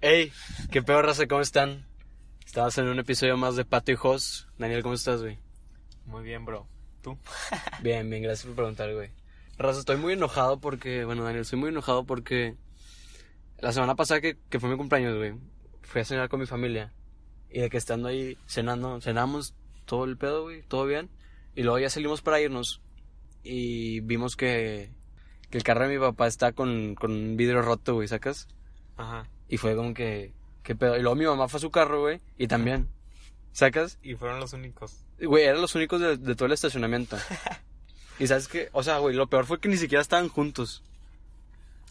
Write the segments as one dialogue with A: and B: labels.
A: Hey, qué peor raza, ¿cómo están? Estabas en un episodio más de Pato y Jos. Daniel, ¿cómo estás, güey?
B: Muy bien, bro. ¿Tú?
A: Bien, bien, gracias por preguntar, güey. Raza, estoy muy enojado porque, bueno, Daniel, estoy muy enojado porque la semana pasada que, que fue mi cumpleaños, güey, fui a cenar con mi familia. Y de que estando ahí cenando, cenamos todo el pedo, güey, todo bien. Y luego ya salimos para irnos y vimos que, que el carro de mi papá está con, con un vidrio roto, güey, ¿sacas?
B: Ajá.
A: Y fue como que, ¿qué pedo? Y luego mi mamá fue a su carro, güey, y también, ¿sacas?
B: Y fueron los únicos.
A: Güey, eran los únicos de, de todo el estacionamiento. y sabes que, o sea, güey, lo peor fue que ni siquiera estaban juntos.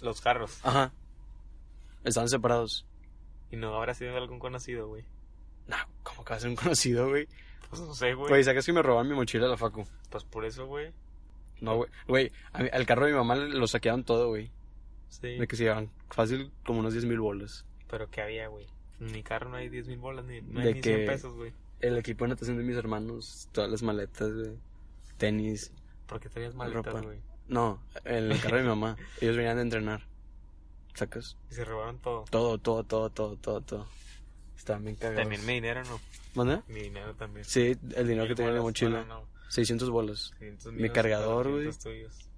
B: Los carros.
A: Ajá. Estaban separados.
B: Y no habrá sido algún conocido, güey.
A: No, como que va a ser un conocido, güey.
B: Pues no sé, güey.
A: Güey, sacas que me robaron mi mochila de la facu.
B: Pues por eso, güey.
A: No, güey. Güey, a mí- al carro de mi mamá le- lo saquearon todo, güey.
B: Sí.
A: De que se llevaban fácil como unos 10 mil bolas.
B: Pero ¿qué había, güey? En mi carro no hay 10 mil bolas, ni, no
A: De
B: hay ni 100
A: que-
B: pesos, güey.
A: El equipo de natación de mis hermanos, todas las maletas, güey. Tenis.
B: Porque traías maletas,
A: Ropa.
B: güey.
A: No, el carro de mi mamá. Ellos venían de entrenar. ¿Sacas?
B: Y se robaron todo.
A: Todo, todo, todo, todo, todo, todo. Estaban bien cagados.
B: También mi dinero, ¿no?
A: ¿Mande?
B: Mi dinero también.
A: Sí, el dinero
B: Mil
A: que tenía en la
B: bolas,
A: mochila.
B: No, no, no.
A: 600 bolas.
B: 500
A: Mi
B: míos,
A: cargador, güey.
B: 400 tuyos.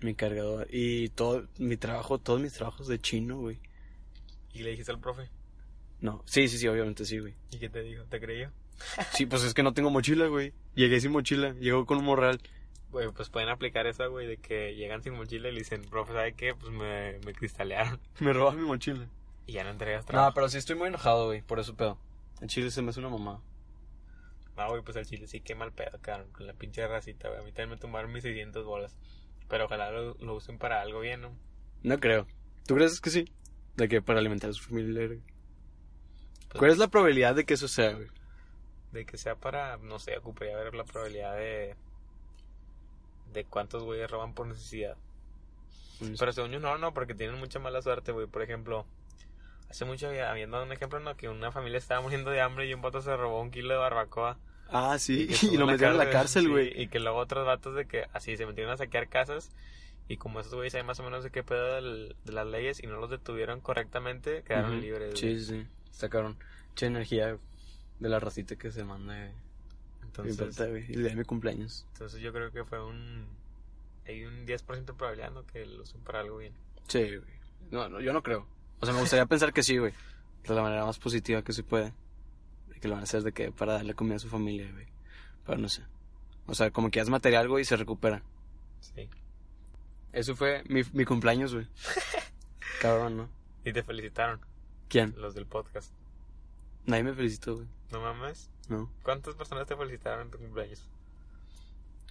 A: Mi cargador. Y todo mi trabajo, todos mis trabajos de chino, güey.
B: Y le dijiste al profe.
A: No, sí, sí, sí, obviamente sí, güey.
B: ¿Y qué te dijo? ¿Te creyó?
A: Sí, pues es que no tengo mochila, güey. Llegué sin mochila, llegó con un morral.
B: Güey, pues pueden aplicar esa, güey, de que llegan sin mochila y le dicen, profe, ¿sabe qué? Pues me, me cristalearon.
A: Me robas mi mochila.
B: Y ya no entregas
A: No,
B: trabajo.
A: pero sí estoy muy enojado, güey, por eso pedo. En Chile se me hace una mamá.
B: No, güey, pues al chile sí, qué mal pedo, cabrón, con la pinche racita, güey. A mí también me tomaron mis 600 bolas. Pero ojalá lo, lo usen para algo bien, ¿no?
A: No creo. ¿Tú crees que sí? De que para alimentar a su familia. güey.
B: Pues,
A: ¿Cuál es la probabilidad de que eso sea, güey?
B: De que sea para, no sé, ocuparía ver la probabilidad de... De cuántos güeyes roban por necesidad.
A: Pues,
B: Pero según yo, no, no, porque tienen mucha mala suerte, güey. Por ejemplo, hace mucho había, habían dado un ejemplo, ¿no? Que una familia estaba muriendo de hambre y un vato se robó un kilo de barbacoa.
A: Ah, sí,
B: que
A: y, lo
B: estuvo en
A: metieron a la cárcel,
B: sí,
A: güey.
B: y que luego otros vatos de que así se metieron a saquear casas. Y como esos güeyes saben más o menos de qué pedo del- de las leyes y no los detuvieron correctamente, quedaron
A: Ujú.
B: libres. güey.
A: Sí, sí, sí. Sacaron mucha energía de la racita que se manda, güey.
B: Entonces,
A: Importa, güey, El día de mi cumpleaños.
B: entonces yo creo que fue un. Hay un 10% de probabilidad ¿no? que lo usen para algo bien.
A: Sí, güey. No, no, yo no creo. O sea, me gustaría pensar que sí, güey. De la manera más positiva que se puede. De que lo van a hacer de que para darle comida a su familia, güey. Pero no sé. O sea, como que haz material, güey, y se recupera.
B: Sí.
A: Eso fue mi, mi cumpleaños, güey. Cabrón, ¿no?
B: Y te felicitaron
A: ¿Quién?
B: los del podcast.
A: Nadie me felicitó, güey.
B: No mames.
A: No,
B: ¿Cuántas personas te felicitaron en tu cumpleaños?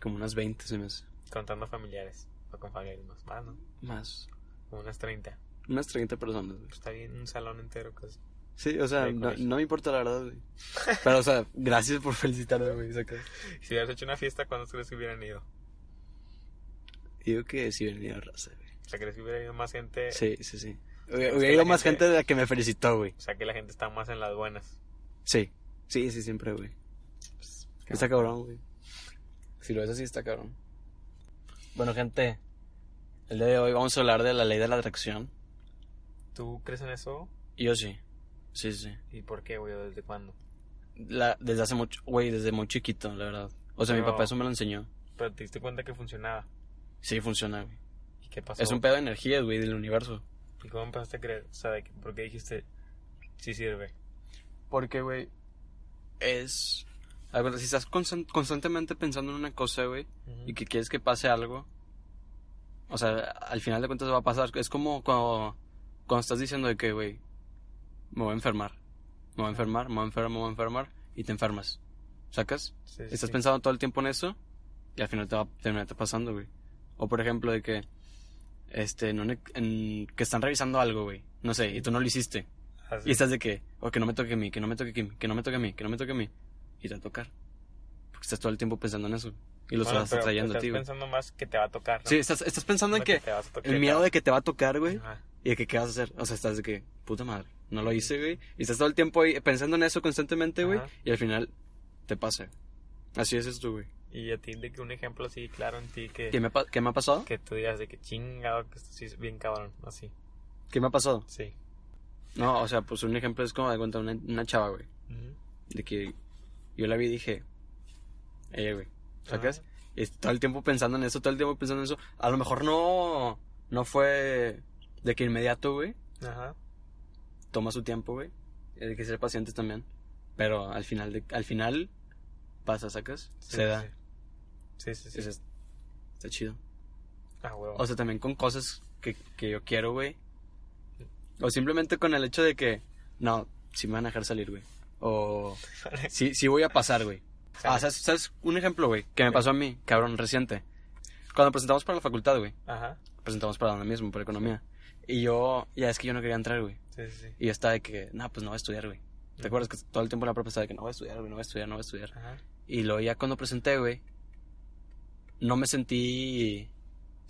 A: como unas 20 se me hace.
B: Contando familiares. O con familiares más, más, ¿no?
A: Más.
B: Como unas 30.
A: Unas 30 personas, güey.
B: Pues está bien, un salón entero casi.
A: Sí, o sea,
B: Ahí con
A: no,
B: eso.
A: no me importa la verdad, güey. Pero, o sea, gracias por felicitarme, güey. sacas.
B: Si hubieras hecho una fiesta, ¿cuántos crees que hubieran ido?
A: Digo que sí venía raza, güey.
B: O sea, ¿crees que hubiera ido más gente?
A: Sí, sí, sí.
B: es
A: Hubiera
B: que
A: hubiera
B: la
A: ido más
B: gente-
A: gente de Eh, la que me felicitó, güey.
B: O sea, que la gente está más en las buenas.
A: Sí. Sí, sí, siempre, güey.
B: Pues,
A: Está cabrón, güey. Si lo ves así, está cabrón. Bueno, gente, el día de hoy vamos a hablar de la ley de la atracción.
B: ¿Tú crees en eso?
A: Y Yo sí. Sí, sí.
B: ¿Y por qué, güey? ¿Desde cuándo?
A: La, desde hace mucho, güey, desde muy chiquito, la verdad. O sea, mi
B: Pero-
A: papá eso me lo enseñó.
B: Pero te diste cuenta que funcionaba.
A: Sí, funciona, güey.
B: ¿Y qué pasó?
A: Es un pedo de energía, güey, del universo.
B: ¿Y cómo empezaste a creer? O sea, de que- ¿por qué dijiste, sí sirve?
A: Porque, güey, es... la verdad, si estás constan- constantemente pensando en una cosa, güey, y que quieres que pase algo, o sea, al final de cuentas va a pasar. Es como cuando, cuando estás diciendo de que, güey, me voy a enfermar, me voy a enfermar, me voy a enfermar, me voy a enfermar, y te enfermas. ¿Sacas?
B: Sí, sí,
A: Estás
B: sí.
A: pensando todo el tiempo en eso y al final te va a terminar pasando, güey. O por ejemplo, de que, este, en un ex- en- que están revisando algo, güey, no sé, y tú no lo hiciste.
B: Así.
A: Y estás de que, o que no me toque a mí, que no me toque a mí, que no me toque a mí, que no me toque a mí. Y te va a tocar. Porque estás todo el tiempo pensando en eso. Y los
B: Bueno,
A: vas
B: pero
A: atrayendo,
B: estás
A: tío. güey.
B: pensando más que te va a tocar. ¿no?
A: Sí, estás, estás pensando en
B: No que
A: que
B: te vas a tocar,
A: el
B: te
A: miedo
B: vas-
A: de que te va a tocar, güey.
B: Ajá.
A: Y de que qué vas a hacer. O sea, estás de que, puta madre, no lo hice, güey. Y estás todo el tiempo ahí pensando en eso constantemente, güey.
B: Ajá.
A: Y al final te pasa. Así es esto, güey.
B: Y a ti de que un ejemplo así claro en ti
A: ¿Qué
B: que,
A: me, pa- qué me ha pasado? ¿Qué?
B: que tú digas de que chingado, que esto sí es bien cabrón, así.
A: me ha pasado?
B: Sí.
A: No, o sea, pues un ejemplo es como de cuenta una, una chava, güey.
B: Ujú.
A: De que yo la vi y dije, ella, güey. ¿Sacas?
B: Ajá.
A: Y todo el tiempo pensando en eso, todo el tiempo pensando en eso. A lo mejor no, no fue de que inmediato, güey.
B: Ajá.
A: Toma su tiempo, güey. Hay que ser pacientes también. Pero al final, de, al final pasa, ¿sacas?
B: Sí,
A: Se
B: sí,
A: da.
B: Sí, sí, sí.
A: Eso es- está chido.
B: Ah, huevo.
A: O sea, también con cosas que, que yo quiero, güey. O simplemente con el hecho de que, no, si me van a dejar salir, güey. O sí, sí voy a pasar, güey. Ah, ¿sabes, sabes un ejemplo, güey? Que me pasó a mí, cabrón, reciente. Cuando presentamos para la facultad, güey.
B: Ajá.
A: Presentamos para donde mismo, para economía. Y yo, ya es que yo no quería entrar, güey.
B: Sí, sí, sí.
A: Y yo estaba de que, no, pues no voy a estudiar, güey. ¿Te acuerdas que todo el tiempo la profe estaba de que no voy a estudiar, güey, no voy a estudiar, no voy a estudiar?
B: Ajá.
A: Y luego ya cuando presenté, güey, no me sentí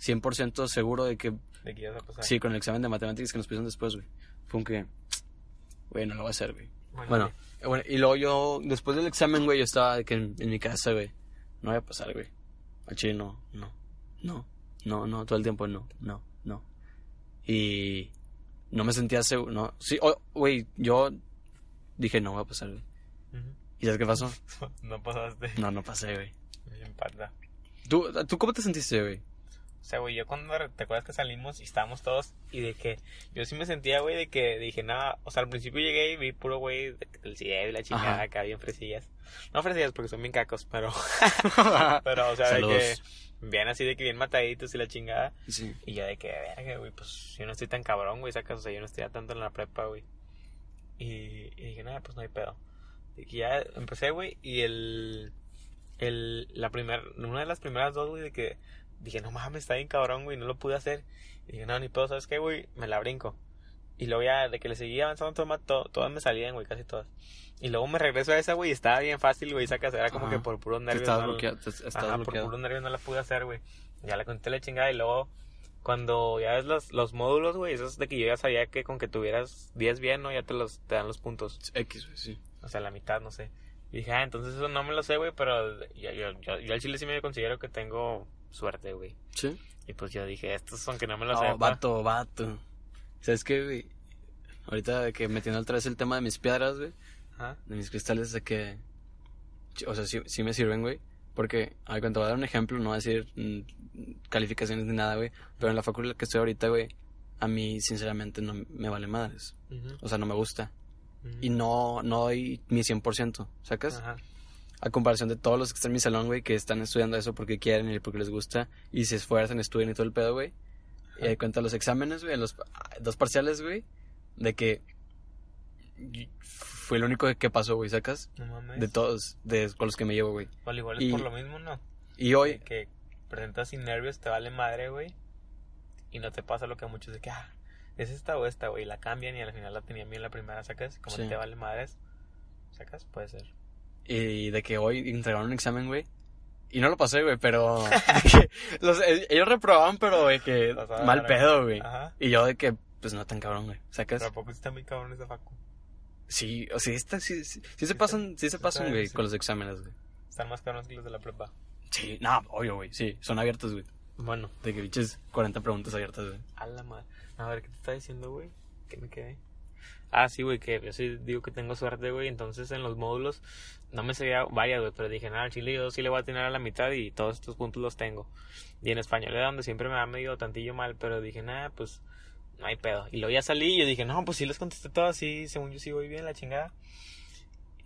A: 100% seguro de que,
B: De que ibas a pasar.
A: sí, con el examen de matemáticas que nos pusieron después, güey. Fue un que, güey, no lo voy a hacer, güey.
B: Bueno,
A: Bueno, eh, bueno, y luego yo, después del examen, güey, yo estaba de que en, en mi casa, güey. No voy a pasar, güey. Al chile, no, no, no, no, no, todo el tiempo no, no, no. Y no me sentía seguro, no. Sí, oh, güey, yo dije, no voy a pasar, güey.
B: Ujú.
A: ¿Y sabes qué pasó?
B: No pasaste.
A: No, no pasé, güey.
B: Me Empata.
A: ¿Tú, ¿Tú cómo te sentiste, güey?
B: O sea, güey, yo cuando re- te acuerdas que salimos y estábamos todos y de que yo sí me sentía, güey, de que dije nada. O sea, al principio llegué y vi puro, güey, de- del cielo y la chingada
A: Ajá.
B: acá bien fresillas. No fresillas porque son bien cacos, pero, pero, o sea, de
A: Saludos.
B: que bien así, de que bien mataditos y la chingada.
A: sí.
B: Y yo de que, verga, güey, pues yo no estoy tan cabrón, güey, sacas, o sea, yo no estoy tanto en la prepa, güey. Y, y dije, nada, pues no hay pedo. Y que ya empecé, güey, y el, el, la primera, una de las primeras dos, güey, de que dije, no mames, está bien cabrón, güey, no lo pude hacer. Y dije, no, ni pedo, ¿sabes qué, güey? Me la brinco. Y luego ya, de que le seguía avanzando, toma, to- todas me salían, güey, casi todas. Y luego me regreso a esa, güey, y estaba bien fácil, güey, sacas, era como
A: Ajá.
B: que por puro
A: Te
B: nervios.
A: estabas
B: ¿no?
A: bloqueado. Te estabas
B: Ajá, por
A: bloqueado.
B: puro nervios no la pude hacer, güey. Ya la conté la chingada y luego cuando ya ves los, los módulos, güey, esos de que yo ya sabía que con que tuvieras 10 bien, ¿no? Ya te los te dan los puntos.
A: X, güey, sí.
B: O sea, la mitad, no sé. Y dije, ah, entonces eso no me lo sé, güey, pero yo, yo, yo, yo al chile sí me considero que tengo suerte, güey.
A: ¿Sí?
B: Y pues yo dije, estos aunque no me lo
A: No,
B: sepa.
A: vato, vato. ¿Sabes qué, güey? Ahorita de que metiendo otra vez el tema de mis piedras, güey,
B: Ajá.
A: de mis cristales, de que. O sea, sí, sí me sirven, güey. Porque, a ver, cuando voy a dar un ejemplo, no voy a decir mm, calificaciones ni nada, güey. Pero en la facultad que estoy ahorita, güey, a mí, sinceramente, no me vale madres.
B: Ujú,
A: O sea, no me gusta.
B: ujú.
A: Y no, no doy mi 100%, ¿sacas?
B: Ajá.
A: A comparación de todos los que están en mi salón, güey, que están estudiando eso porque quieren y porque les gusta y se esfuerzan, estudian y todo el pedo, güey. Y ahí cuenta los exámenes, güey, los ah, dos parciales, güey, de que y- fue el único que pasó, güey, sacas
B: No mames.
A: de todos, de con los que me llevo, güey.
B: Bueno, igual es
A: y-
B: por lo mismo, ¿no?
A: Y hoy,
B: de que presentas sin nervios, te vale madre, güey. Y no te pasa lo que a muchos de que, ah, es esta o esta, güey. y La cambian y al final la tenían bien la primera, sacas. Como
A: Sí.
B: te vale madres, sacas, puede ser.
A: y de que hoy entregaron un examen, güey. Y no lo pasé, güey, pero de que los- eh, ellos reprobaban, pero de que
B: Pasaba
A: mal
B: la-
A: pedo, güey.
B: Ajá.
A: Y yo de que pues no tan cabrón, güey. ¿Sacas?
B: Pero ¿a poco sí está muy cabrón esa facu.
A: Sí, o sea, esta, sí, sí, sí se
B: está-
A: pasan, sí se
B: está
A: pasan, güey,
B: difícil.
A: con los exámenes, güey.
B: Están más cabrones que los de la prepa.
A: Sí, no, obvio, güey, sí, son abiertos, güey.
B: Bueno,
A: De que biches 40 preguntas abiertas, güey.
B: a la madre. A ver, ¿qué te está diciendo, güey? ¿Qué me quedé? Ah, sí, güey, que yo sí digo que tengo suerte, güey. Entonces en los módulos no me sabía varias, güey, pero dije, nada, al chile yo sí le voy a tener a la mitad y todos estos puntos los tengo. Y en español era donde siempre me ha medio tantillo mal, pero dije, nada, pues no hay pedo. Y luego ya salí y yo dije, no, pues sí les contesté todas, sí, según yo sí voy bien, la chingada.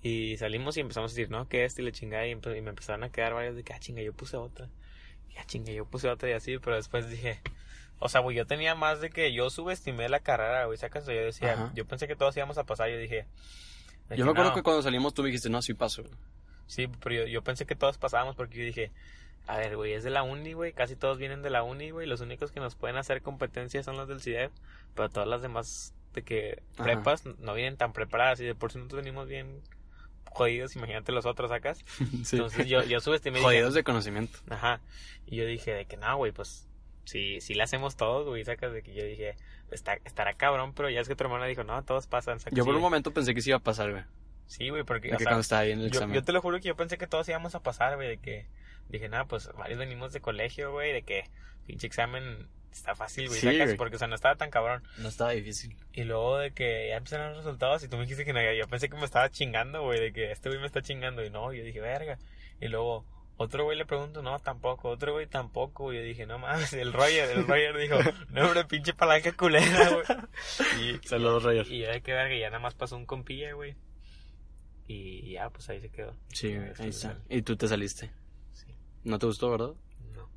B: Y salimos y empezamos a decir, no, que este y la chingada. Y, empe- y me empezaron a quedar varias de que, ah, chinga, yo puse otra. Y ah, chinga, yo puse otra y así, pero después dije, o sea, güey, yo tenía más de que yo subestimé la carrera, güey, sacas, yo decía,
A: Ajá.
B: yo pensé que todos íbamos a pasar, yo dije. de
A: Yo me acuerdo
B: no.
A: que cuando salimos tú me dijiste, no, sí paso. güey.
B: Sí, pero yo, yo pensé que todos pasábamos porque yo dije, a ver, güey, es de la uni, güey, casi todos vienen de la uni, güey, los únicos que nos pueden hacer competencia son los del CIDEP, pero todas las demás de que
A: Ajá.
B: prepas no vienen tan preparadas y de por si nosotros venimos bien jodidos, imagínate los otros acá.
A: Sí.
B: Entonces yo, yo subestimé. y dije,
A: Jodidos de conocimiento.
B: Ajá. Y yo dije de que no, güey, pues si, si la hacemos todos, güey, sacas de que yo dije, está, estará cabrón, pero ya es que tu hermana dijo, no, todos pasan. sacas,
A: Yo por
B: sí,
A: un momento pensé que sí iba a pasar, güey.
B: Sí, güey, porque
A: de
B: o
A: que
B: sea,
A: cuando estaba ahí en el
B: yo,
A: examen.
B: yo te lo juro que yo pensé que todos íbamos a pasar, güey, de que dije, nada, pues varios venimos de colegio, güey, de que pinche examen está fácil, güey,
A: Sí,
B: sacas,
A: güey.
B: porque o sea, no estaba tan cabrón.
A: No estaba difícil.
B: Y luego de que ya empezaron los resultados y tú me dijiste que no, yo pensé que me estaba chingando, güey, de que este güey me está chingando y no, yo dije, verga. Y luego otro güey le pregunto, no, tampoco, otro güey tampoco, y yo dije, no mames, el Roger, el Roger dijo, no, hombre, pinche palanca culera, güey. Y-
A: Saludos, Roger.
B: Y, ya de que verga, ya nada más pasó un compilla, güey. Y ya, pues ahí se quedó.
A: Sí, güey,
B: Este,
A: ahí está. Y tú te saliste.
B: Sí,
A: ¿No te gustó, verdad?
B: no.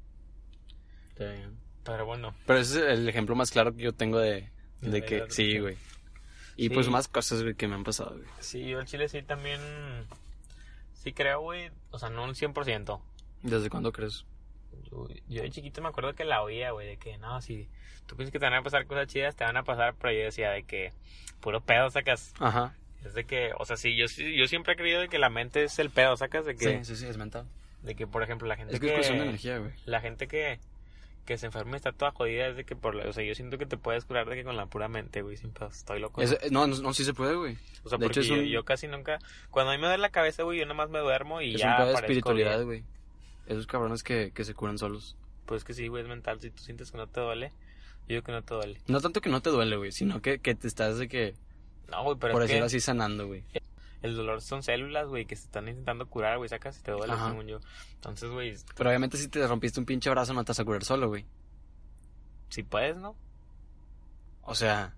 A: Está bien.
B: Pero bueno,
A: Pero ese es el ejemplo más claro que yo tengo de,
B: De
A: de
B: la
A: que sí,
B: educación.
A: güey. Y
B: Sí.
A: pues más cosas, güey, que me han pasado, güey.
B: sí, yo el chile sí también, sí creo, güey, o sea, no un 100%.
A: ¿Desde cuándo crees?
B: Yo, yo de chiquito me acuerdo que la oía, güey, de que no, si tú piensas que te van a pasar cosas chidas, te van a pasar, pero yo decía de que puro pedo sacas.
A: Ajá.
B: Es de que, o sea, sí, yo, sí- yo siempre he creído de que la mente es el pedo, sacas de que,
A: Sí, sí, sí, es mental.
B: de que por ejemplo, la gente
A: Es que es cuestión de energía, güey.
B: la gente que, que se enferma y está toda jodida, es de que por la, o sea, yo siento que te puedes curar de que con la pura mente, güey, sin pedos, estoy loco. ¿no?
A: Es- no, no, no, sí se puede, güey.
B: o sea,
A: de hecho
B: porque
A: es
B: yo,
A: un-
B: yo casi nunca, cuando a mí me duele la cabeza, güey, yo nomás me duermo y
A: Es
B: ya
A: un pedo de
B: aparezco bien.
A: espiritualidad, güey. Esos cabrones que, que se curan solos.
B: Pues que sí, güey, es mental, si tú sientes que no te duele, yo digo que no te duele.
A: No tanto que no te duele, güey, sino que, que te estás de que,
B: No, güey, pero
A: por
B: es que
A: decirlo así, sanando, güey.
B: el dolor son células, güey, que se están intentando curar, güey, sacas y te duele,
A: Ajá.
B: según yo. Entonces, güey,
A: Pero obviamente si te rompiste un pinche brazo no te vas a curar solo, güey.
B: si puedes, ¿no?
A: O sea,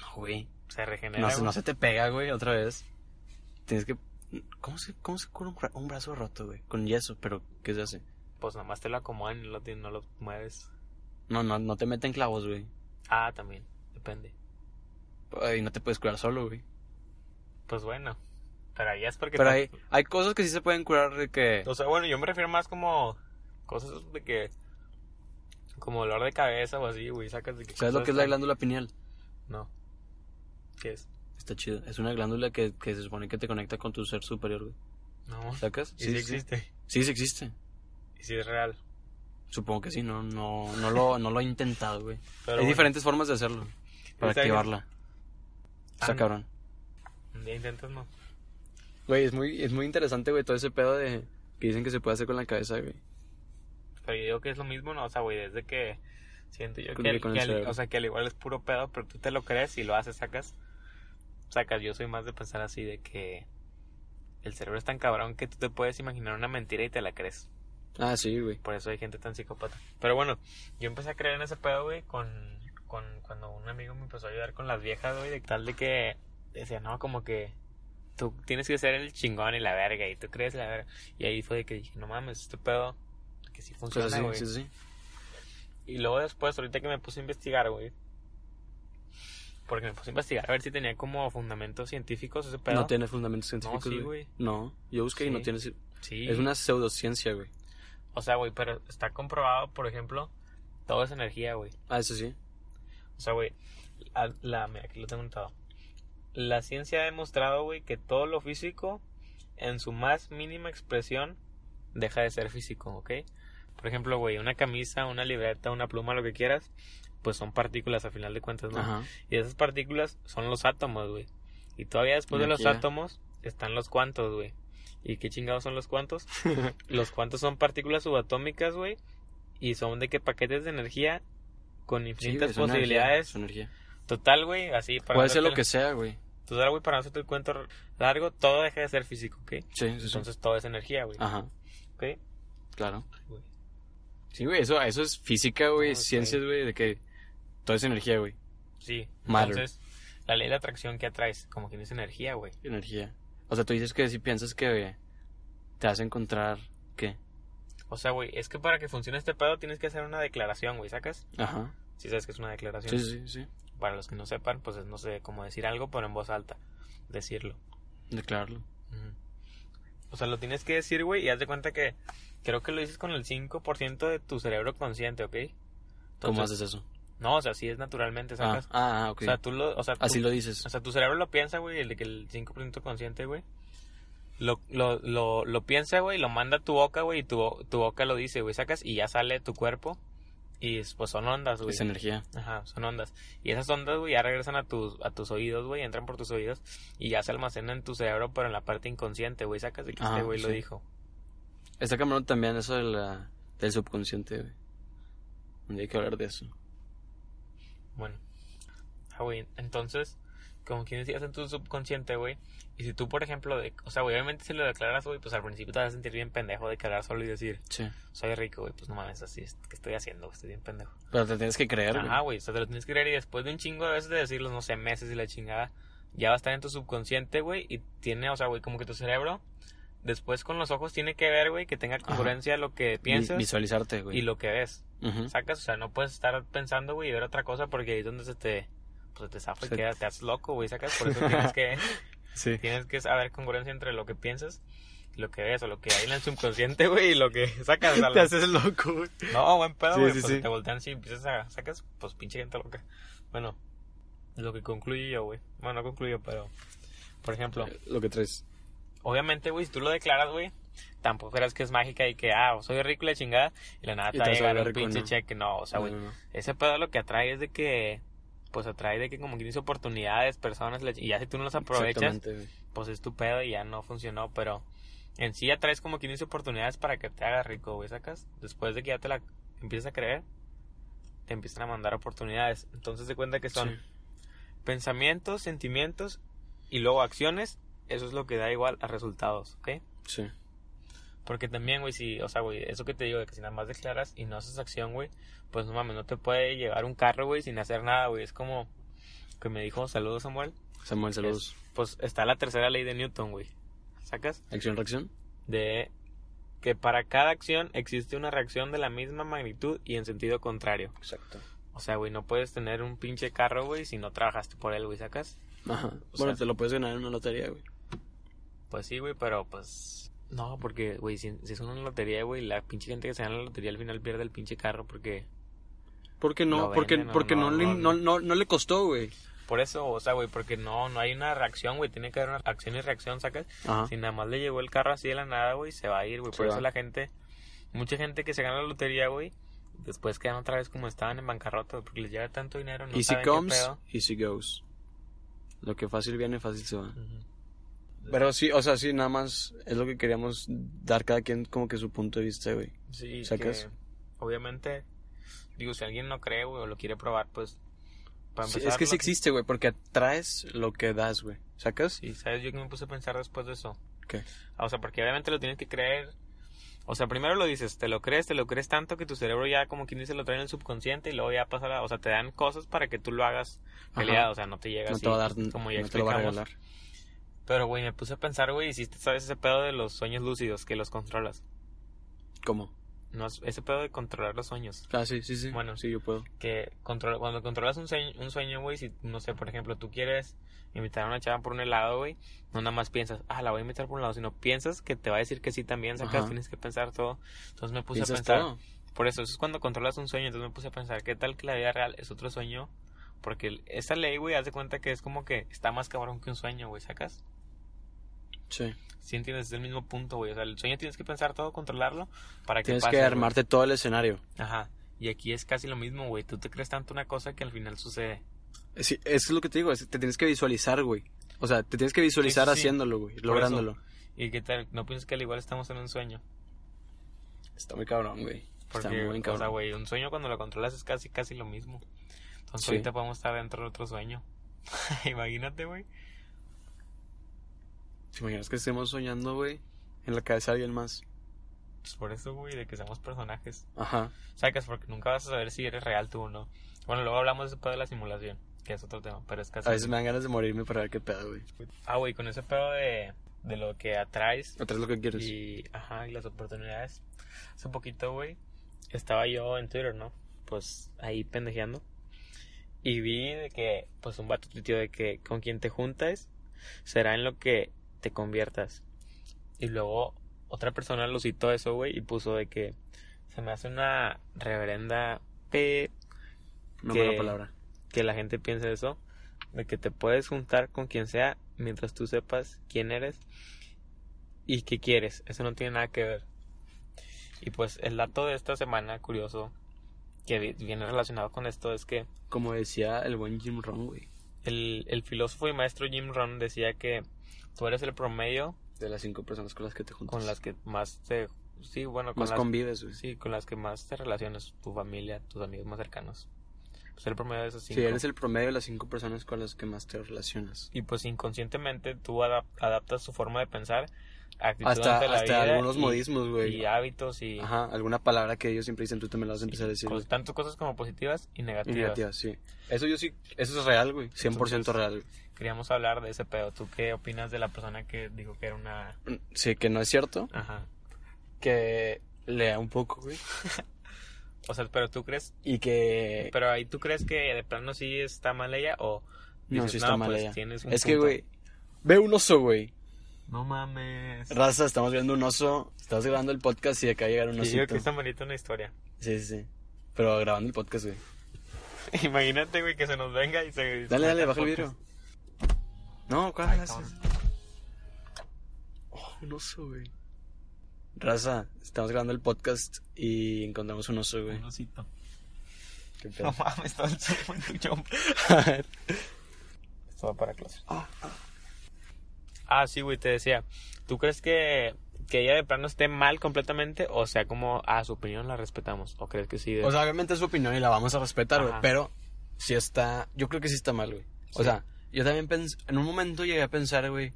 A: no, güey.
B: Se regenera.
A: No, se-
B: güey.
A: no se te pega, güey, otra vez. Tienes que... ¿Cómo se, cómo se cura un, bra- un brazo roto, güey? Con yeso, pero ¿qué se hace?
B: Pues nomás te lo acomodan y no lo, tien- no lo mueves.
A: No, no, no te meten clavos, güey.
B: Ah, también, depende.
A: Y no te puedes curar solo, güey.
B: Pues bueno, pero ahí es porque...
A: Pero hay,
B: te-
A: hay cosas que sí se pueden curar de que...
B: O sea, bueno, yo me refiero más como cosas de que... Como dolor de cabeza o así, güey, sacas de que...
A: ¿Sabes lo
B: cosas
A: que es la
B: tan-
A: glándula pineal?
B: No. ¿Qué es?
A: Está chido. Es una glándula que, que se supone que te conecta con tu ser superior, güey.
B: No.
A: ¿Sacas?
B: ¿Y si existe?
A: Sí, sí existe.
B: ¿Y si es real?
A: Supongo que sí, no, no, no, lo, no lo he intentado, güey.
B: Pero
A: Hay
B: bueno,
A: diferentes formas de hacerlo. Para
B: Está bien.
A: activarla. Está
B: Ah, no.
A: cabrón.
B: Un día intentas, no.
A: Güey, es muy, es muy interesante, güey, todo ese pedo de que dicen que se puede hacer con la cabeza, güey.
B: Pero yo digo que es lo mismo, ¿no? O sea, güey, desde que siento yo
A: Con-
B: que,
A: con el
B: que al-
A: cerebro.
B: o sea, que al igual es puro pedo, pero tú te lo crees y lo haces, sacas. Sacas, yo soy más de pensar así de que el cerebro es tan cabrón que tú te puedes imaginar una mentira y te la crees.
A: Ah, sí, güey.
B: Por eso hay gente tan psicópata. Pero bueno, yo empecé a creer en ese pedo, güey, con, con cuando un amigo me empezó a ayudar con las viejas, güey, de tal de que decía, no, como que tú tienes que ser el chingón y la verga, y tú crees la verga. Y ahí fue de que dije, no mames, este pedo, que sí funciona,
A: Cosas así,
B: güey.
A: sí, sí.
B: Y luego después, ahorita que me puse a investigar, güey. Porque me puse a investigar a ver si tenía como fundamentos científicos ese pedo.
A: No tiene fundamentos científicos,
B: sí,
A: güey.
B: güey.
A: No, yo busqué y no
B: Sí.
A: tiene...
B: Sí.
A: Es una pseudociencia, güey.
B: O sea, güey, pero está comprobado, por ejemplo, todo es energía, güey.
A: Ah, eso sí.
B: O sea, güey, la, la- mira, aquí lo tengo anotado. La ciencia ha demostrado, güey, que todo lo físico, en su más mínima expresión, deja de ser físico, ¿ok? Por ejemplo, güey, una camisa, una libreta, una pluma, lo que quieras, pues son partículas a final de cuentas, ¿no?
A: Ajá.
B: Y esas partículas son los átomos, güey. Y todavía después de los
A: Energía.
B: átomos están los cuantos, güey. ¿Y qué chingados son los cuantos? los cuantos son partículas subatómicas, güey. Y son de que paquetes de energía con
A: Sí,
B: infinitas
A: güey, es una
B: posibilidades.
A: energía, es una energía.
B: Total, güey, así. Para
A: Puede
B: no
A: ser lo
B: hacerte-
A: que sea, güey.
B: Total, güey, para no hacerte el cuento largo, todo deja de ser físico, ¿ok?
A: Sí, Ah. sí, sí.
B: Entonces todo es energía, güey.
A: Ajá,
B: ¿Ok?
A: claro.
B: Güey.
A: Sí, güey, eso, eso es física, güey,
B: No, está
A: ciencias, güey, de que todo es energía, güey.
B: Sí.
A: Matter.
B: Entonces, la ley de la atracción que atraes, como quien es energía, güey.
A: Energía. O sea, tú dices que si piensas que te vas a encontrar, ¿qué?
B: O sea, güey, es que para que funcione este pedo tienes que hacer una declaración, güey, ¿sacas?
A: Ajá.
B: Si sabes que es una declaración.
A: Sí, sí, sí.
B: Para los que no sepan, pues es, no sé cómo decir algo, pero en voz alta. Decirlo.
A: Declararlo.
B: Ujú. O sea, lo tienes que decir, güey, y haz de cuenta que creo que lo dices con el 5% de tu cerebro consciente, ¿ok?
A: ¿Cómo
B: Entonces,
A: haces eso?
B: No, o sea, sí es naturalmente,
A: Ah,
B: sacas.
A: ah, ah, ok.
B: O sea, tú lo. O sea,
A: Así
B: tú-
A: lo dices.
B: O sea, tu cerebro lo piensa, güey, el de que el 5% consciente, güey. Lo, lo, lo, lo piensa, güey, lo manda a tu boca, güey, y tu, bo- tu boca lo dice, güey, sacas y ya sale de tu cuerpo. Y es- pues son ondas, güey.
A: Es energía.
B: Ajá, son ondas. Y esas ondas, güey, ya regresan a tus, a tus oídos, güey, entran por tus oídos y ya se almacenan en tu cerebro, pero en la parte inconsciente, güey, sacas de que
A: Ajá,
B: este güey lo
A: sí.
B: dijo.
A: Está cabrón también eso de la- del subconsciente, güey. Un día hay que hablar de eso.
B: Bueno. Ah, güey, entonces, como quien decías en tu subconsciente, güey, y si tú, por ejemplo, de, o sea, güey, obviamente si lo declaras, güey, pues al principio te vas a sentir bien pendejo de hablar solo y decir,
A: Sí.
B: soy rico, güey, pues no mames, así es que estoy haciendo, güey, estoy bien pendejo.
A: Pero te tienes que creer, güey.
B: Ajá, güey, o sea, te lo tienes que creer y después de un chingo de veces de decirlos, no sé, meses y la chingada, ya va a estar en tu subconsciente, güey, y tiene, o sea, güey, como que tu cerebro, después con los ojos tiene que ver, güey, que tenga congruencia lo que
A: Vi-
B: piensas
A: Visualizarte, güey.
B: y lo que ves.
A: Ujú.
B: Sacas, o sea, no puedes estar pensando, güey, y ver otra cosa porque ahí es donde se te, pues, se te zafa y
A: Se-
B: queda- te haces loco, güey, sacas, por eso tienes que,
A: Sí.
B: tienes que saber congruencia entre lo que piensas. y Lo que ves o lo que hay en el subconsciente, güey, y lo que sacas. o sea,
A: Te
B: lo-
A: haces loco, güey.
B: no, buen pedo,
A: Sí,
B: güey.
A: sí,
B: pues
A: sí.
B: si te voltean si empiezas a sacas, pues pinche gente loca. Bueno, lo que concluyo yo, güey. Bueno, no concluyo, pero. Por ejemplo,
A: Lo que traes.
B: obviamente, güey, si tú lo declaras, güey, tampoco creas que es mágica y que, ah, soy rico y la chingada, y la nada
A: Y te
B: te va
A: vas
B: a
A: a
B: llegar un
A: volver rico,
B: pinche
A: ¿no?
B: cheque. No, o sea, güey,
A: No, no, no.
B: ese pedo lo que atrae es de que. Pues atrae de que como que tienes oportunidades, personas, la chi- y ya si tú no las aprovechas,
A: Exactamente, güey.
B: pues es tu pedo y ya no funcionó, pero en sí ya traes como 15 oportunidades para que te hagas rico, güey, sacas. Después de que ya te la empiezas a creer, te empiezan a mandar oportunidades. Entonces te cuenta que son
A: Sí.
B: pensamientos, sentimientos y luego acciones. Eso es lo que da igual a resultados, ¿ok?
A: Sí.
B: Porque también, güey, si, o sea, güey, eso que te digo de que si nada más declaras y no haces acción, güey, pues no mames, no te puede llevar un carro, güey, sin hacer nada, güey. Es como que me dijo, saludos Samuel,
A: Samuel, saludos.
B: pues está la tercera ley de Newton, güey. ¿Sacas?
A: Acción, reacción.
B: de que para cada acción existe una reacción de la misma magnitud y en sentido contrario.
A: Exacto.
B: O sea, güey, no puedes tener un pinche carro, güey, si no trabajaste por él, güey, sacas.
A: Ajá.
B: O
A: bueno,
B: sea-
A: te lo puedes ganar en una lotería, güey.
B: Pues sí, güey, pero pues... No, porque, güey, si, si es una lotería, güey, la pinche gente que se gana la lotería al final pierde el pinche carro porque...
A: Porque no,
B: Lo
A: porque,
B: venden, no,
A: porque no,
B: no,
A: le,
B: no,
A: no,
B: no.
A: no- no le costó, güey.
B: Por eso, o sea, güey, porque no, no hay una reacción, güey, tiene que haber una acción y reacción, sacas.
A: Ajá.
B: Si nada más le llegó el carro así de la nada, güey, se va a ir, güey.
A: Se
B: Por
A: va.
B: eso la gente, mucha gente que se gana la lotería, güey, después quedan otra vez como estaban en bancarrota, porque les llega tanto dinero, no
A: easy
B: saben qué
A: comes,
B: pedo.
A: easy goes. Lo que fácil viene, fácil se va.
B: Ujú.
A: Pero sí, o sea, sí, nada más es lo que queríamos dar cada quien como que su punto de vista, güey.
B: Sí,
A: ¿Sacas?
B: que obviamente, digo, si alguien no cree, güey, o lo quiere probar, pues, para
A: Sí,
B: empezar...
A: es que
B: lo
A: sí existe, güey, porque atraes lo que das, güey. ¿Sacas?
B: Sí, ¿sabes? Yo que me puse a pensar después de eso.
A: ¿Qué?
B: Ah, O sea, porque obviamente lo tienes que creer. O sea, primero lo dices, te lo crees, te lo crees tanto que tu cerebro ya, como quien dice, lo trae en el subconsciente y luego ya pasa la... O sea, te dan cosas para que tú lo hagas
A: Ajá.
B: realidad. O sea, no te llega
A: No
B: así, pues,
A: te va a dar,
B: como ya
A: no te lo va a
B: explicamos.
A: regalar.
B: Pero, güey, me puse a pensar, güey, si te sabes ese pedo de los sueños lúcidos, que los controlas.
A: ¿Cómo?
B: No, es- ese pedo de controlar los sueños.
A: Ah, sí, sí, sí.
B: Bueno.
A: sí, yo puedo.
B: Que controla, cuando controlas un sueño, un sueño, güey, si, no sé, por ejemplo, tú quieres invitar a una chava por un helado, güey, no nada más piensas, ah, la voy a invitar por un helado, sino piensas que te va a decir que sí también, sacas,
A: Ajá.
B: tienes que pensar todo. Entonces me puse a
A: ¿Piensas
B: pensar.
A: todo?
B: Por eso, eso es cuando controlas un sueño. Entonces me puse a pensar, ¿qué tal que la vida real es otro sueño? Porque esa ley, güey, haz de cuenta que es como que está más cabrón que un sueño, güey, ¿sacas?
A: Sí.
B: Si entiendes, es el mismo punto, güey. O sea, el sueño tienes que pensar todo, controlarlo para que
A: Tienes
B: pase,
A: que
B: güey.
A: armarte todo el escenario.
B: Ajá. Y aquí es casi lo mismo, güey. Tú te crees tanto una cosa que al final sucede.
A: Sí, eso es lo que te digo, es que te tienes que visualizar, güey. O sea, te tienes que visualizar
B: Sí, sí, sí.
A: haciéndolo, güey,
B: Por
A: lográndolo.
B: ¿Y qué tal? No piensas que al igual estamos en un sueño.
A: Está muy cabrón, güey. Está
B: Porque,
A: muy bien
B: o sea,
A: cabrón.
B: güey, un sueño cuando lo controlas es casi, casi lo mismo. Entonces
A: Sí.
B: ahorita podemos estar dentro de otro sueño. Imagínate, güey.
A: ¿Te imaginas que estemos soñando, güey? En la cabeza de alguien más.
B: Pues por eso, güey, de que seamos personajes.
A: Ajá.
B: Sacas, porque nunca vas a saber si eres real tú o no. Bueno, luego hablamos después de la simulación, que es otro tema, pero es casi.
A: A veces me dan ganas de morirme para ver qué pedo, güey.
B: Ah, güey, con ese pedo de, de lo que atraes
A: Atrás lo que quieres.
B: y, ajá, y las oportunidades. Hace poquito, güey, estaba yo en Twitter, ¿no? Pues ahí pendejeando. Y vi de que, pues un vato tío de que con quien te juntas será en lo que te conviertas. Y luego otra persona lo citó eso, güey, y puso de que se me hace una reverenda P
A: No
B: ¿Qué?
A: me la palabra.
B: que la gente piense eso, de que te puedes juntar con quien sea mientras tú sepas quién eres y qué quieres. Eso no tiene nada que ver. Y pues el dato de esta semana curioso que vi- viene relacionado con esto es que
A: Como decía el buen Jim Rohn, güey.
B: el, el filósofo y maestro Jim Rohn decía que tú eres el promedio
A: De las cinco personas con las que te juntas.
B: con las que más te... Sí, bueno, con
A: más
B: las,
A: convives, güey.
B: sí, con las que más te relacionas, tu familia, tus amigos más cercanos. Pues el promedio de esos
A: Si
B: cinco.
A: eres el promedio de las cinco personas con las que más te relacionas.
B: y pues inconscientemente tú adap- adaptas tu forma de pensar, actitud
A: Hasta,
B: ante la
A: hasta
B: vida
A: algunos
B: y-
A: modismos, güey.
B: y hábitos y
A: Ajá, alguna palabra que ellos siempre dicen, tú también la vas a empezar a decir.
B: cos-
A: güey.
B: tanto cosas como positivas y
A: Y
B: negativas.
A: negativas, sí. Eso yo sí, eso es real, güey. 100% real.
B: Queríamos hablar de ese pedo. ¿Tú qué opinas de la persona que dijo que era una
A: Sí, que no es cierto.
B: ajá?
A: Que lea un poco, güey.
B: O sea, pero tú crees,
A: Y que...
B: pero ahí tú crees que de plano sí está mal ella o
A: No,
B: dices,
A: sí está mal
B: pues
A: ella.
B: tienes un
A: Es que,
B: punto"?
A: güey, ve un oso, güey.
B: no mames.
A: Raza, estamos viendo un oso. Estás grabando el podcast y acá llegar un
B: Sí, yo
A: osito.
B: que está bonita una historia.
A: Sí, sí, sí. Pero grabando el podcast, güey.
B: Imagínate, güey, que se nos venga y se
A: Dale, dale, baja el vidrio. No, ¿cuál
B: Ay,
A: haces? Oh, un oso, güey. Raza, estamos grabando el podcast y encontramos un oso, güey.
B: Un osito.
A: Qué pedo.
B: No mames, todo el tiempo en tu jumper. Esto va para clase.
A: Ah,
B: Ah, sí, güey, te decía. ¿Tú crees que, que ella de plano esté mal completamente? O sea, como a su opinión la respetamos. ¿O crees que sí? de-
A: O sea, obviamente es su opinión y la vamos a respetar, güey.
B: Ajá.
A: Pero sí está. Yo creo que sí está mal, güey. O
B: Sí.
A: sea, yo también pens- En un momento llegué a pensar, güey,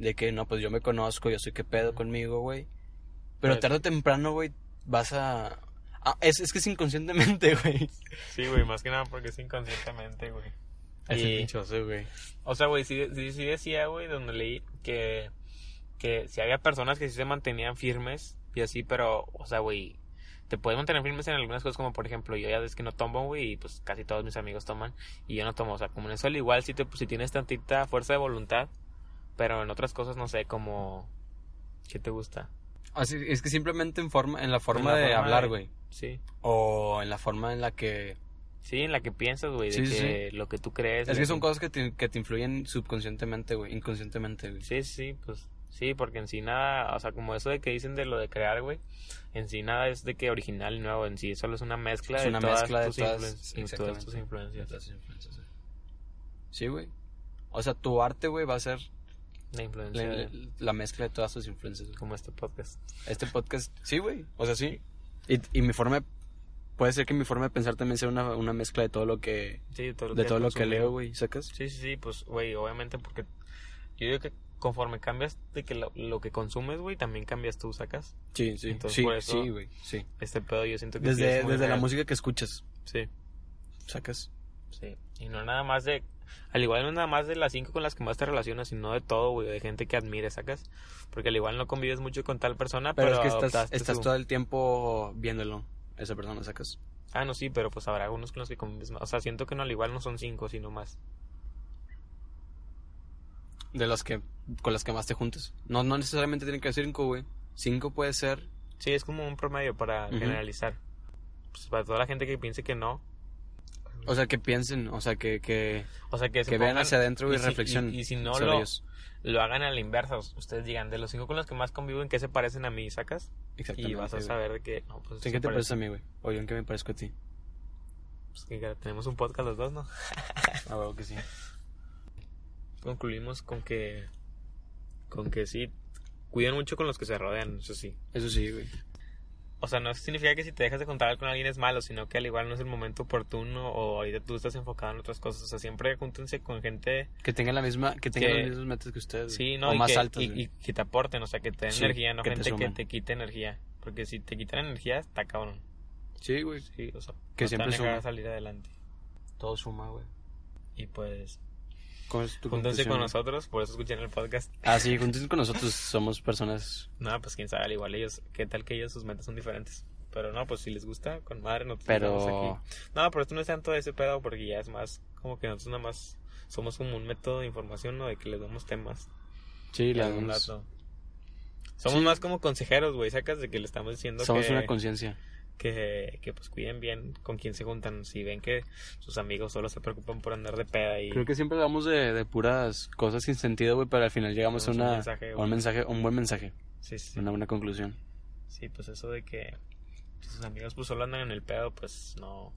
A: de que no, pues yo me conozco, yo sé qué pedo conmigo, güey. Pero
B: Pero-
A: tarde o temprano, güey, vas a. Ah, es, es que es inconscientemente, güey.
B: sí, güey, más que nada porque es inconscientemente, güey. Y-
A: pinchoso, güey.
B: O sea, güey, sí, sí, sí decía, güey, donde leí que, que si había personas que sí se mantenían firmes y así, pero, o sea, güey, te puedes mantener firmes en algunas cosas, como por ejemplo, yo ya ves que no tomo, güey, y pues casi todos mis amigos toman, y yo no tomo, o sea, como en eso al igual, si, te, si tienes tantita fuerza de voluntad, pero en otras cosas, no sé, como, ¿qué te gusta?
A: Así, es que simplemente en, forma, en la forma
B: la
A: de
B: forma
A: hablar,
B: de-
A: güey.
B: Sí.
A: O en la forma en la que.
B: Sí, en la que piensas, güey, de
A: Sí, sí,
B: que lo que tú crees.
A: Es,
B: lo
A: que son cosas que te, que te influyen subconscientemente, güey. Inconscientemente, güey.
B: Sí, sí, pues sí, porque en sí nada, o sea, como eso de que dicen de lo de crear, güey, en sí nada es de que original y nuevo, en sí solo es una mezcla
A: Es
B: de
A: una
B: todas
A: mezcla de
B: tus
A: todas-
B: influen-
A: exactamente.
B: todas tus influencias.
A: Sí, güey. O sea, tu arte, güey, va a ser
B: La influencia
A: la,
B: de-
A: la mezcla de todas tus influencias. güey.
B: como este podcast.
A: Este podcast, sí, güey. O sea, sí. Y, y mi forma de- Puede ser que mi forma de pensar también sea una, una mezcla de todo lo que...
B: Sí, de todo lo
A: De
B: que
A: todo lo que
B: consumimos.
A: leo, güey. ¿Sacas?
B: Sí, sí, sí, pues, güey, obviamente porque yo digo que conforme cambias de que lo, lo que consumes, güey, también cambias tú, sacas
A: Sí, sí.
B: Entonces,
A: sí,
B: por eso-
A: sí, güey. Sí.
B: este pedo, yo siento que sí
A: Desde,
B: es muy
A: desde la
B: real.
A: música que escuchas.
B: Sí.
A: ¿Sacas?
B: Sí, y no nada más de, al igual no nada más de las cinco con las que más te relacionas, sino de todo, güey, de gente que admires, sacas, porque al igual no convives mucho con tal persona,
A: Pero, pues,
B: pero,
A: es que estás,
B: adoptaste
A: estás
B: su-
A: todo el tiempo viéndolo. Esa persona, ¿sacas?
B: Ah, no, sí, pero pues habrá algunos con los que convives más, o sea, siento que no, al igual no son cinco, sino más.
A: De las que... Con las que más te juntas. No, no necesariamente tienen que ser cinco, güey. Cinco puede ser...
B: Sí, es como un promedio para
A: Ujú.
B: generalizar. Pues para toda la gente que piense que no,
A: O sea, que piensen. O sea, que... que...
B: o sea, que se
A: que vean
B: pongan-
A: hacia adentro güey,
B: y
A: y
B: si-
A: reflexionen.
B: y- y si no
A: sobre
B: lo-
A: ellos.
B: lo hagan a la inversa, us- ustedes digan, de los cinco con los que más convivo, ¿en qué se parecen a mí, sacas?
A: Exactamente.
B: Y vas a
A: güey.
B: saber de que, no, pues,
A: ¿En
B: se
A: qué te
B: parecen.
A: pareces a mí, güey? O yo en qué me parezco a ti.
B: Pues, que tenemos un podcast los dos, ¿no? Ah,
A: A huevo que sí.
B: concluimos con que con que sí cuidan mucho con los que se rodean eso sí
A: Eso sí, güey.
B: o sea no significa que si te dejas de contar con alguien es malo sino que al igual no es el momento oportuno o ahorita tú estás enfocado en otras cosas o sea siempre júntense con gente
A: Que tengan la misma, que tengan
B: Que-
A: los mismos metas que ustedes.
B: sí
A: güey.
B: no
A: O
B: y,
A: más
B: que,
A: altas.
B: y-
A: güey.
B: y que te aporten o sea que te den
A: Sí,
B: energía no
A: que te
B: gente que
A: sumen.
B: te quite energía porque si te quitan energía está cabrón
A: Sí, güey.
B: sí o sea
A: Que
B: no te van
A: siempre
B: a dejar
A: suman.
B: salir adelante
A: Todo suma, güey.
B: y pues
A: ¿Cuál es tu
B: júntense
A: conclusión,
B: con
A: güey?
B: nosotros por eso escuchan el podcast
A: Ah, sí, júntense con nosotros. Somos personas.
B: no pues quién sabe al igual ellos qué tal que ellos sus metas son diferentes pero no pues si les gusta con madre no
A: Pero.
B: No, pero esto no es tanto ese pedo porque ya es más como que nosotros nada más somos como un método de información, ¿no? De que les damos temas.
A: Sí,
B: de
A: la
B: algún
A: damos-
B: lado. Somos más como consejeros, güey. Sacas de que le estamos diciendo
A: Somos
B: que,
A: una conciencia.
B: que, que pues cuiden bien con quién se juntan. Si ven que sus amigos solo se preocupan por andar de peda y
A: Creo que siempre hablamos de, de puras cosas sin sentido, güey, pero al final llegamos a,
B: Tenemos un
A: una,
B: mensaje,
A: a
B: güey.
A: un mensaje, un buen mensaje,
B: sí, sí,
A: una buena conclusión.
B: sí, pues eso de que sus amigos pues solo andan en el pedo, pues no. O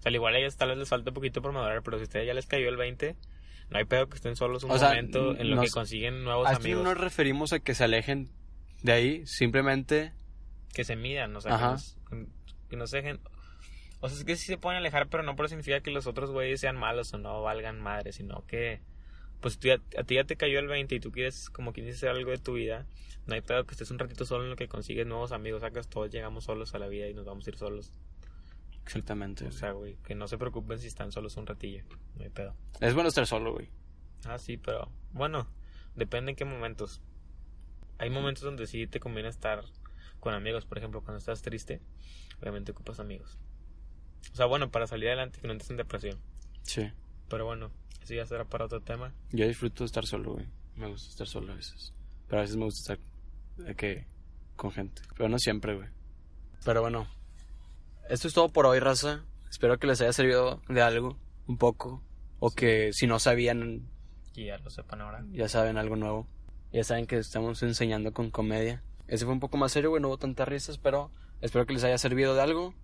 B: sea, al igual a ellas tal vez les falta un poquito por madurar, pero si a ustedes ya les cayó el 20, no hay pedo que estén solos un
A: O sea,
B: momento en lo
A: nos-
B: que consiguen nuevos
A: A esto no
B: amigos
A: nos referimos a que se alejen de ahí, simplemente
B: que se midan, o sea, que
A: Ajá.
B: nos- que, no se dejen. O sea, es que sí se pueden alejar, pero no por eso significa que los otros güeyes sean malos o no valgan madre, sino que pues tú ya- a ti ya te cayó el 20 y tú quieres como quieres hacer algo de tu vida, no hay pedo que estés un ratito solo en lo que consigues nuevos amigos, sacas todos llegamos solos a la vida y nos vamos a ir solos.
A: Exactamente.
B: O sea, güey, que no se preocupen si están solos un ratillo, no hay pedo.
A: es bueno estar solo, güey.
B: Ah, sí, pero bueno, depende en qué momentos. Hay momentos donde sí te conviene estar con amigos, por ejemplo, cuando estás triste, obviamente ocupas amigos. O sea, bueno, para salir adelante, que no entres en depresión.
A: Sí.
B: Pero bueno, eso ya será para otro tema.
A: Yo disfruto estar solo, güey. Me gusta estar solo a veces. Pero a veces me gusta estar de que con gente. Pero no siempre, güey. Pero bueno. Esto es todo por hoy, raza. Espero que les haya servido de algo, un poco. O que si no sabían,
B: Y ya lo sepan ahora.
A: ya saben algo nuevo. Ya saben que estamos enseñando con comedia. Ese fue un poco más serio, güey. No hubo tantas risas, pero espero que les haya servido de algo.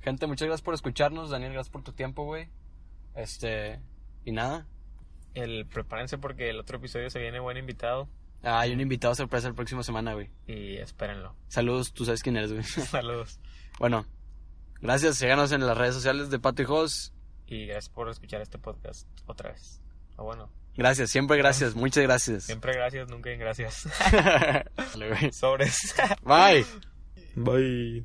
A: Gente, muchas gracias por escucharnos. Daniel, gracias por tu tiempo, güey. Este. Y nada.
B: El, prepárense porque el otro episodio se viene buen invitado
A: Ah, hay un invitado sorpresa la próxima semana, güey.
B: y espérenlo.
A: Saludos, tú sabes quién eres, güey.
B: Saludos.
A: bueno, gracias, síganos en las redes sociales de Pato y Jos.
B: Y gracias por escuchar este podcast otra vez. O bueno,
A: Gracias, siempre gracias, muchas gracias.
B: siempre gracias, nunca en gracias.
A: Dale, güey.
B: Sobres.
A: Bye.
B: Bye.